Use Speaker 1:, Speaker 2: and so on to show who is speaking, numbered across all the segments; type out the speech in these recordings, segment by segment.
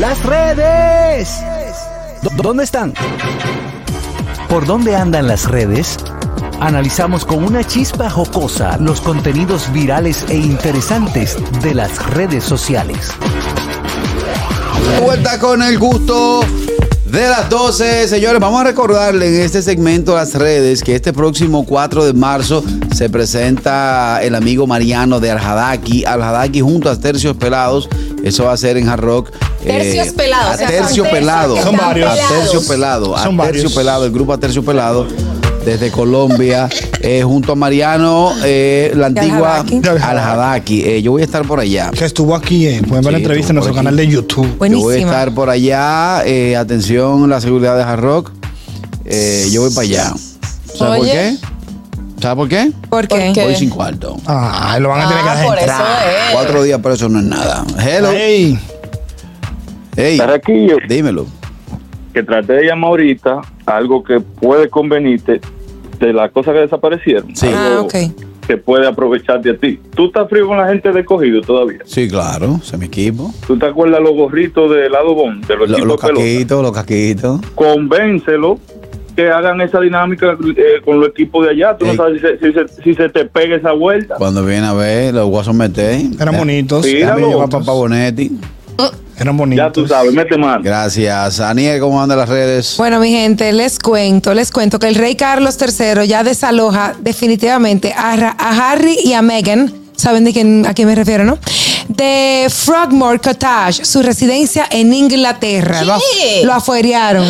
Speaker 1: Las redes. ¿Dónde están? ¿Por dónde andan las redes? Analizamos con una chispa jocosa los contenidos virales e interesantes de las redes sociales.
Speaker 2: Vuelta con el gusto de las 12. Señores, vamos a recordarle en este segmento las redes que este próximo 4 de marzo se presenta el amigo Mariano de Aljadaki. Aljadaki junto a Tercios Pelados. Eso va a ser en Hard Rock. eh,
Speaker 3: Tercios Pelados,
Speaker 2: a
Speaker 3: o sea,
Speaker 2: Tercio
Speaker 3: son
Speaker 2: Pelado.
Speaker 3: tercios que
Speaker 4: Son varios.
Speaker 2: A Tercio Pelado.
Speaker 4: Son
Speaker 2: A
Speaker 4: varios.
Speaker 2: Tercio Pelado. El grupo a Tercio Pelado. Desde Colombia, eh, junto a Mariano, eh, la antigua
Speaker 3: Aljadaki.
Speaker 2: Aljadaki. Eh, yo voy a estar por allá.
Speaker 4: que estuvo aquí. eh. Pueden ver la
Speaker 2: Sí,
Speaker 4: entrevista en
Speaker 2: estuvo
Speaker 4: nuestro
Speaker 2: aquí.
Speaker 4: canal de YouTube.
Speaker 2: Yo voy a estar por allá. eh, atención, la seguridad de Hard Rock. Eh, yo voy para allá. ¿Sabes por
Speaker 3: Oye.
Speaker 2: qué? ¿Sabes por qué?
Speaker 3: ¿Por qué?
Speaker 2: Voy sin cuarto.
Speaker 4: Ah, lo van a tener que
Speaker 3: Ah,
Speaker 4: dejar
Speaker 3: por
Speaker 4: entrar.
Speaker 3: eso es.
Speaker 2: Cuatro días, pero eso no es nada. Hello.
Speaker 4: Ey,
Speaker 2: Hey,
Speaker 5: Carraquillo,
Speaker 2: dímelo.
Speaker 5: que traté de llamar ahorita, algo que puede convenirte de las cosas que desaparecieron.
Speaker 2: Sí.
Speaker 3: Ah,
Speaker 5: Algo
Speaker 3: ok.
Speaker 5: Que puede aprovechar de ti. Tú estás frío con la gente de cogido todavía.
Speaker 2: Sí, claro, se me equipo.
Speaker 5: ¿Tú te acuerdas los gorritos de helado bon, de los
Speaker 2: Lo-
Speaker 5: chicos
Speaker 2: los
Speaker 5: pelota?
Speaker 2: caquitos, los caquitos.
Speaker 5: Convéncelo que hagan esa dinámica eh, con los equipos de allá. Tú
Speaker 2: Ey.
Speaker 5: no sabes si se, si se- si se te pega esa vuelta.
Speaker 2: Cuando viene a ver, los guasos meté.
Speaker 4: eran bonitos.
Speaker 5: Sí,
Speaker 2: Déjame
Speaker 5: Míralo.
Speaker 2: llevar a papá Bonetti.
Speaker 4: Eran bonitos.
Speaker 5: Ya tú sabes, mete mano.
Speaker 2: Gracias. Aniel, ¿cómo andan las redes?
Speaker 3: Bueno, mi gente, les cuento, les cuento que el rey Carlos III ya desaloja definitivamente a, Ra- a Harry y a Meghan, saben de quién, a quién me refiero, ¿no? De Frogmore Cottage, su residencia en Inglaterra. Lo, af- lo afuerearon.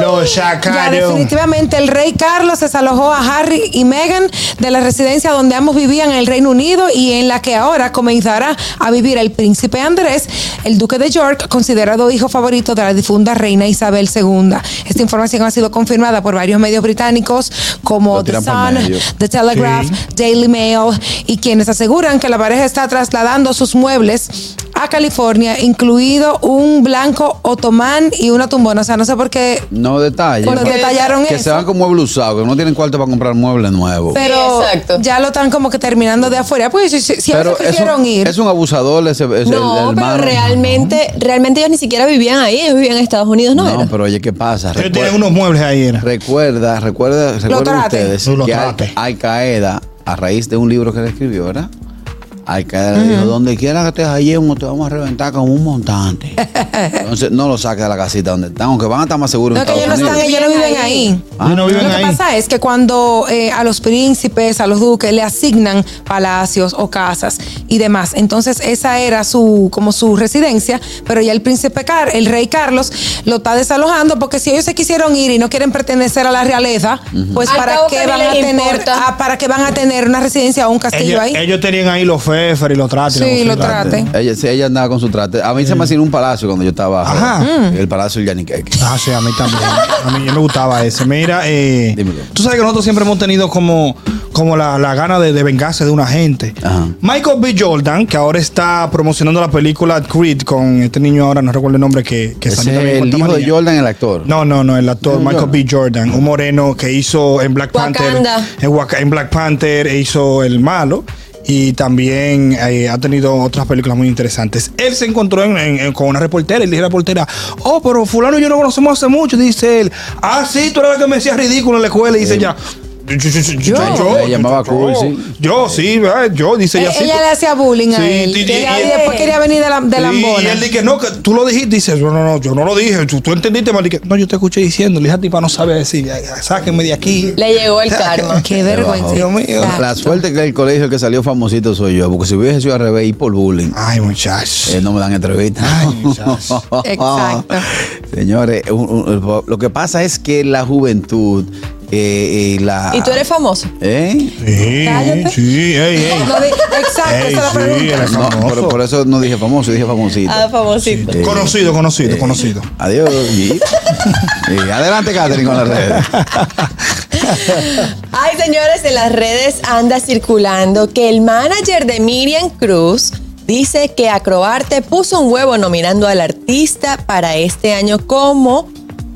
Speaker 4: Lo
Speaker 3: Ya
Speaker 4: sacaron.
Speaker 3: definitivamente el rey Carlos desalojó a Harry y Meghan de la residencia donde ambos vivían en el Reino Unido y en la que ahora comenzará a vivir el príncipe Andrés, el duque de York, considerado hijo favorito de la difunda reina Isabel II. Esta información ha sido confirmada por varios medios británicos como
Speaker 2: Lo
Speaker 3: The
Speaker 2: tiran pa'l
Speaker 3: Sun,
Speaker 2: medio.
Speaker 3: The Telegraph, Daily Mail y quienes aseguran que la pareja está trasladando sus muebles a California, incluido un blanco otomán y una tumbona. O sea, no sé por qué
Speaker 2: No detalles.
Speaker 3: Bueno, detallaron
Speaker 2: Que se
Speaker 3: eso.
Speaker 2: van pues. como blusados, que no tienen cuarto para comprar muebles nuevos.
Speaker 3: Pero
Speaker 6: Sí, exacto.
Speaker 3: ya lo están como que terminando de afuera. Pues si, si ellos
Speaker 2: es
Speaker 3: quisieron
Speaker 2: un,
Speaker 3: ir.
Speaker 2: es un abusador ese, ese- el,
Speaker 6: No,
Speaker 2: el
Speaker 6: pero
Speaker 2: hermano.
Speaker 6: realmente, realmente ellos ni siquiera vivían ahí, ellos vivían en Estados Unidos, ¿no?
Speaker 2: No,
Speaker 6: era?
Speaker 2: pero oye, ¿qué pasa?
Speaker 4: Ellos
Speaker 2: Recuer-
Speaker 4: tienen unos muebles ahí. Era.
Speaker 2: Recuerda, recuerda, recuerden
Speaker 3: trate.
Speaker 2: ustedes
Speaker 4: Lo
Speaker 2: que Al,
Speaker 4: trate.
Speaker 2: Al Qaeda, a raíz de un libro que él escribió, ¿verdad? Al Qaeda le dijo, donde quiera que te hallemos, te vamos a reventar como un montante. Entonces, no lo saques de la casita donde están, aunque van a estar más seguros
Speaker 3: no,
Speaker 2: en
Speaker 3: que ellos no,
Speaker 2: Estados
Speaker 3: están,
Speaker 2: Unidos.
Speaker 3: ellos no viven ahí.
Speaker 4: Y no viven
Speaker 3: Lo que
Speaker 4: ahí.
Speaker 3: Ah, pasa es que cuando eh, a los príncipes, a los duques, le asignan palacios o casas y demás. Entonces, esa era su, como su residencia, pero ya el príncipe Car, el rey Carlos, lo está desalojando porque si ellos se quisieron ir y no quieren pertenecer a la realeza, pues
Speaker 6: Al
Speaker 3: para
Speaker 6: cabo
Speaker 3: qué
Speaker 6: que no
Speaker 3: van a
Speaker 6: les
Speaker 3: tener,
Speaker 6: importa.
Speaker 3: ah, para qué van a tener una residencia o un castillo
Speaker 4: Ellos,
Speaker 3: ahí.
Speaker 4: ellos tenían ahí los fefer y los trates.
Speaker 3: Sí, los
Speaker 4: trates.
Speaker 3: trates.
Speaker 2: Ella, sí, ella andaba con su trate. A mí se me hacía un palacio cuando yo estaba
Speaker 4: Mm. Ajá.
Speaker 2: joven. El palacio del Yaniqueque.
Speaker 4: Ah, sí, a mí también. A mí yo me gustaba ese. Mira, eh,
Speaker 2: Dímelo.
Speaker 4: tú sabes que nosotros siempre hemos tenido como, como la, la gana de, de vengarse de una gente.
Speaker 2: Ajá.
Speaker 4: Michael B. Jordan, que ahora está promocionando la película Creed con este niño ahora, no recuerdo el nombre, que, que
Speaker 2: Ese
Speaker 4: salió
Speaker 2: es
Speaker 4: también en
Speaker 2: el hijo de
Speaker 4: Cuartamanía.
Speaker 2: Jordan, el actor.
Speaker 4: No, no, no, el actor
Speaker 2: No,
Speaker 4: Michael B. Jordan, un moreno que hizo en Black
Speaker 6: Wakanda.
Speaker 4: Panther. En, Waka- en Black Panther e hizo El Malo. Y también eh, ha tenido otras películas muy interesantes. Él se encontró en- en- en- con una reportera y le dije a la reportera, oh, pero fulano y yo no conocemos hace mucho. Dice él, ah, sí, tú eras la que me decías ridículo en la escuela. Y dice ya. Eh, Yo, yo, yo, yo,
Speaker 2: Ella llamaba cool,
Speaker 4: yo,
Speaker 2: sí.
Speaker 4: yo, sí, ¿verdad? yo, dice
Speaker 3: Eh,
Speaker 4: ella, sí.
Speaker 3: ella
Speaker 4: tú-
Speaker 3: le hacía bullying
Speaker 4: Sí,
Speaker 3: a él.
Speaker 4: y-
Speaker 3: Y,
Speaker 4: y-
Speaker 3: ella-
Speaker 4: y-
Speaker 3: y después quería venir de, la, de
Speaker 4: Sí, Y
Speaker 3: lambona.
Speaker 4: él dice, no, que tú lo dijiste. Dice, no, no, no, yo no lo dije. Tú, tú entendiste mal. Y que, no, yo te escuché diciendo. Le dije a ti para no saber decir, "Ay, sáquenme de aquí.
Speaker 6: Le llegó el karma.
Speaker 2: Se
Speaker 3: Qué
Speaker 2: bajó.
Speaker 3: vergüenza.
Speaker 4: Dios mío.
Speaker 3: Exacto.
Speaker 2: La suerte que el colegio que salió famosito soy yo, porque si hubiese sido al revés y por bullying,
Speaker 4: Ay, muchachos.
Speaker 2: eh, no me dan entrevista.
Speaker 4: Ay, muchachos.
Speaker 3: Exacto.
Speaker 2: Señores, un- un- lo que pasa es que la juventud eh, y la...
Speaker 6: ¿Y tú eres famoso?
Speaker 2: ¿Eh?
Speaker 4: Sí,
Speaker 3: Cállate.
Speaker 4: sí, ey, ey.
Speaker 3: No, de- exacto,
Speaker 4: Ey,
Speaker 3: esa es la
Speaker 4: sí,
Speaker 3: pregunta.
Speaker 4: era
Speaker 2: No,
Speaker 4: famoso.
Speaker 2: por, por eso no dije famoso, dije famosito.
Speaker 6: Ah, famosito.
Speaker 2: Eh,
Speaker 4: Conocido, conocido, conocido.
Speaker 2: Adiós. Y, y adelante, Catherine, con las redes.
Speaker 6: Ay, señores, en las redes anda circulando que el manager de Miriam Cruz dice que Acroarte puso un huevo nominando al artista para este año como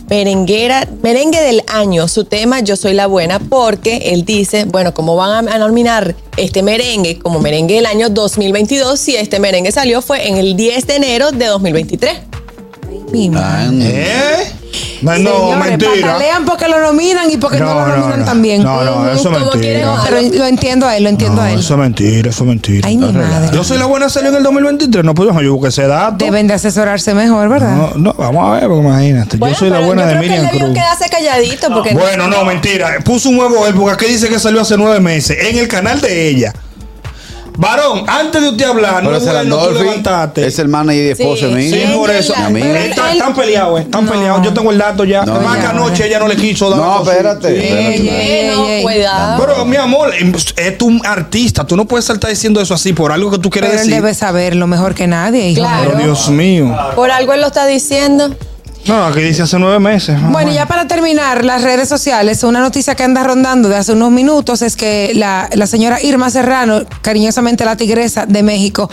Speaker 6: merenguera, merengue del año. Su tema Yo soy la buena porque él dice, bueno, ¿cómo van a, a nominar este merengue como merengue del año 2022 si este merengue salió fue en el 10 de enero de 2023?
Speaker 3: Pima.
Speaker 4: ¿Eh? No, no,
Speaker 3: Señores,
Speaker 4: mentira.
Speaker 3: patalean porque lo nominan y porque no,
Speaker 4: No,
Speaker 3: lo
Speaker 4: no,
Speaker 3: nominan
Speaker 4: no.
Speaker 3: también.
Speaker 4: No, no, eso es
Speaker 6: Como quieren-
Speaker 4: mentira.
Speaker 3: Pero lo entiendo a él, lo entiendo
Speaker 4: No,
Speaker 3: a él.
Speaker 4: eso es mentira, eso es mentira.
Speaker 3: Ay, mi madre.
Speaker 4: Yo soy la buena salió en el 2023, no pudimos yo busqué ese dato.
Speaker 3: Deben de asesorarse mejor, ¿verdad?
Speaker 4: No, no, vamos a ver, porque imagínate.
Speaker 6: Bueno,
Speaker 4: yo soy la
Speaker 6: pero
Speaker 4: buena
Speaker 6: yo
Speaker 4: de
Speaker 6: creo que
Speaker 4: Miriam
Speaker 6: él debió
Speaker 4: Cruz.
Speaker 6: quedarse calladito porque
Speaker 4: Bueno, no, mentira. Puso un nuevo él, porque aquí dice que salió hace nueve meses, en el canal de ella. Varón, antes de usted hablar, no
Speaker 2: Pero
Speaker 4: es
Speaker 2: es el
Speaker 4: bueno, tú
Speaker 2: Andolfi,
Speaker 4: levantaste.
Speaker 2: es el manager y esposo
Speaker 6: Sí,
Speaker 2: mío.
Speaker 4: Sí, por eso.
Speaker 6: Mi
Speaker 2: amigo.
Speaker 4: Están- Están
Speaker 3: Él-
Speaker 4: peleados, eh, están
Speaker 3: No.
Speaker 4: peleados. Yo tengo el dato ya.
Speaker 2: No,
Speaker 4: Más que
Speaker 3: ya.
Speaker 4: anoche ella no le quiso dar.
Speaker 2: No,
Speaker 4: con su-
Speaker 2: espérate.
Speaker 4: Sí.
Speaker 2: espérate.
Speaker 3: Ey, ey,
Speaker 6: Bueno,
Speaker 3: ey, ey.
Speaker 6: cuidado.
Speaker 4: Pero mi amor, em, es tu artista, tú no puedes estar diciendo eso así por algo que tú quieres
Speaker 3: Pero él
Speaker 4: decir.
Speaker 3: debe saberlo mejor que nadie. hijo.
Speaker 6: Claro.
Speaker 4: Pero Dios mío.
Speaker 6: Por algo él lo está diciendo.
Speaker 4: No, aquí dice hace nueve meses.
Speaker 3: Bueno, y ya para terminar, las redes sociales, una noticia que anda rondando de hace unos minutos es que la, la señora Irma Serrano, cariñosamente la tigresa de México,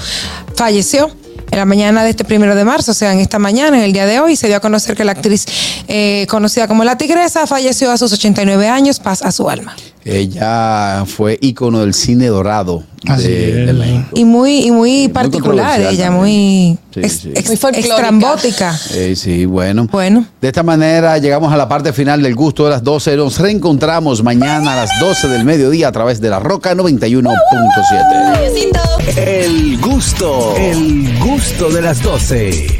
Speaker 3: falleció en la mañana de este primero de marzo, o sea, en esta mañana, en el día de hoy, se dio a conocer que la actriz eh, conocida como la tigresa falleció a sus 89 años, paz a su alma.
Speaker 2: Ella fue ícono del cine dorado
Speaker 4: Así
Speaker 2: de,
Speaker 4: es.
Speaker 2: de México.
Speaker 3: Y muy, y muy particular,
Speaker 2: controversial
Speaker 3: ella,
Speaker 2: también.
Speaker 3: muy,
Speaker 2: Sí,
Speaker 3: ex-
Speaker 2: sí.
Speaker 3: ex-
Speaker 6: Muy folclórica.
Speaker 3: extrambótica.
Speaker 2: Eh, sí, bueno.
Speaker 3: Bueno.
Speaker 2: De esta manera llegamos a la parte final del gusto de las 12. Nos reencontramos mañana a las 12 del mediodía a través de la Roca 91.7.
Speaker 6: Adiósito.
Speaker 1: El gusto, el gusto de las 12.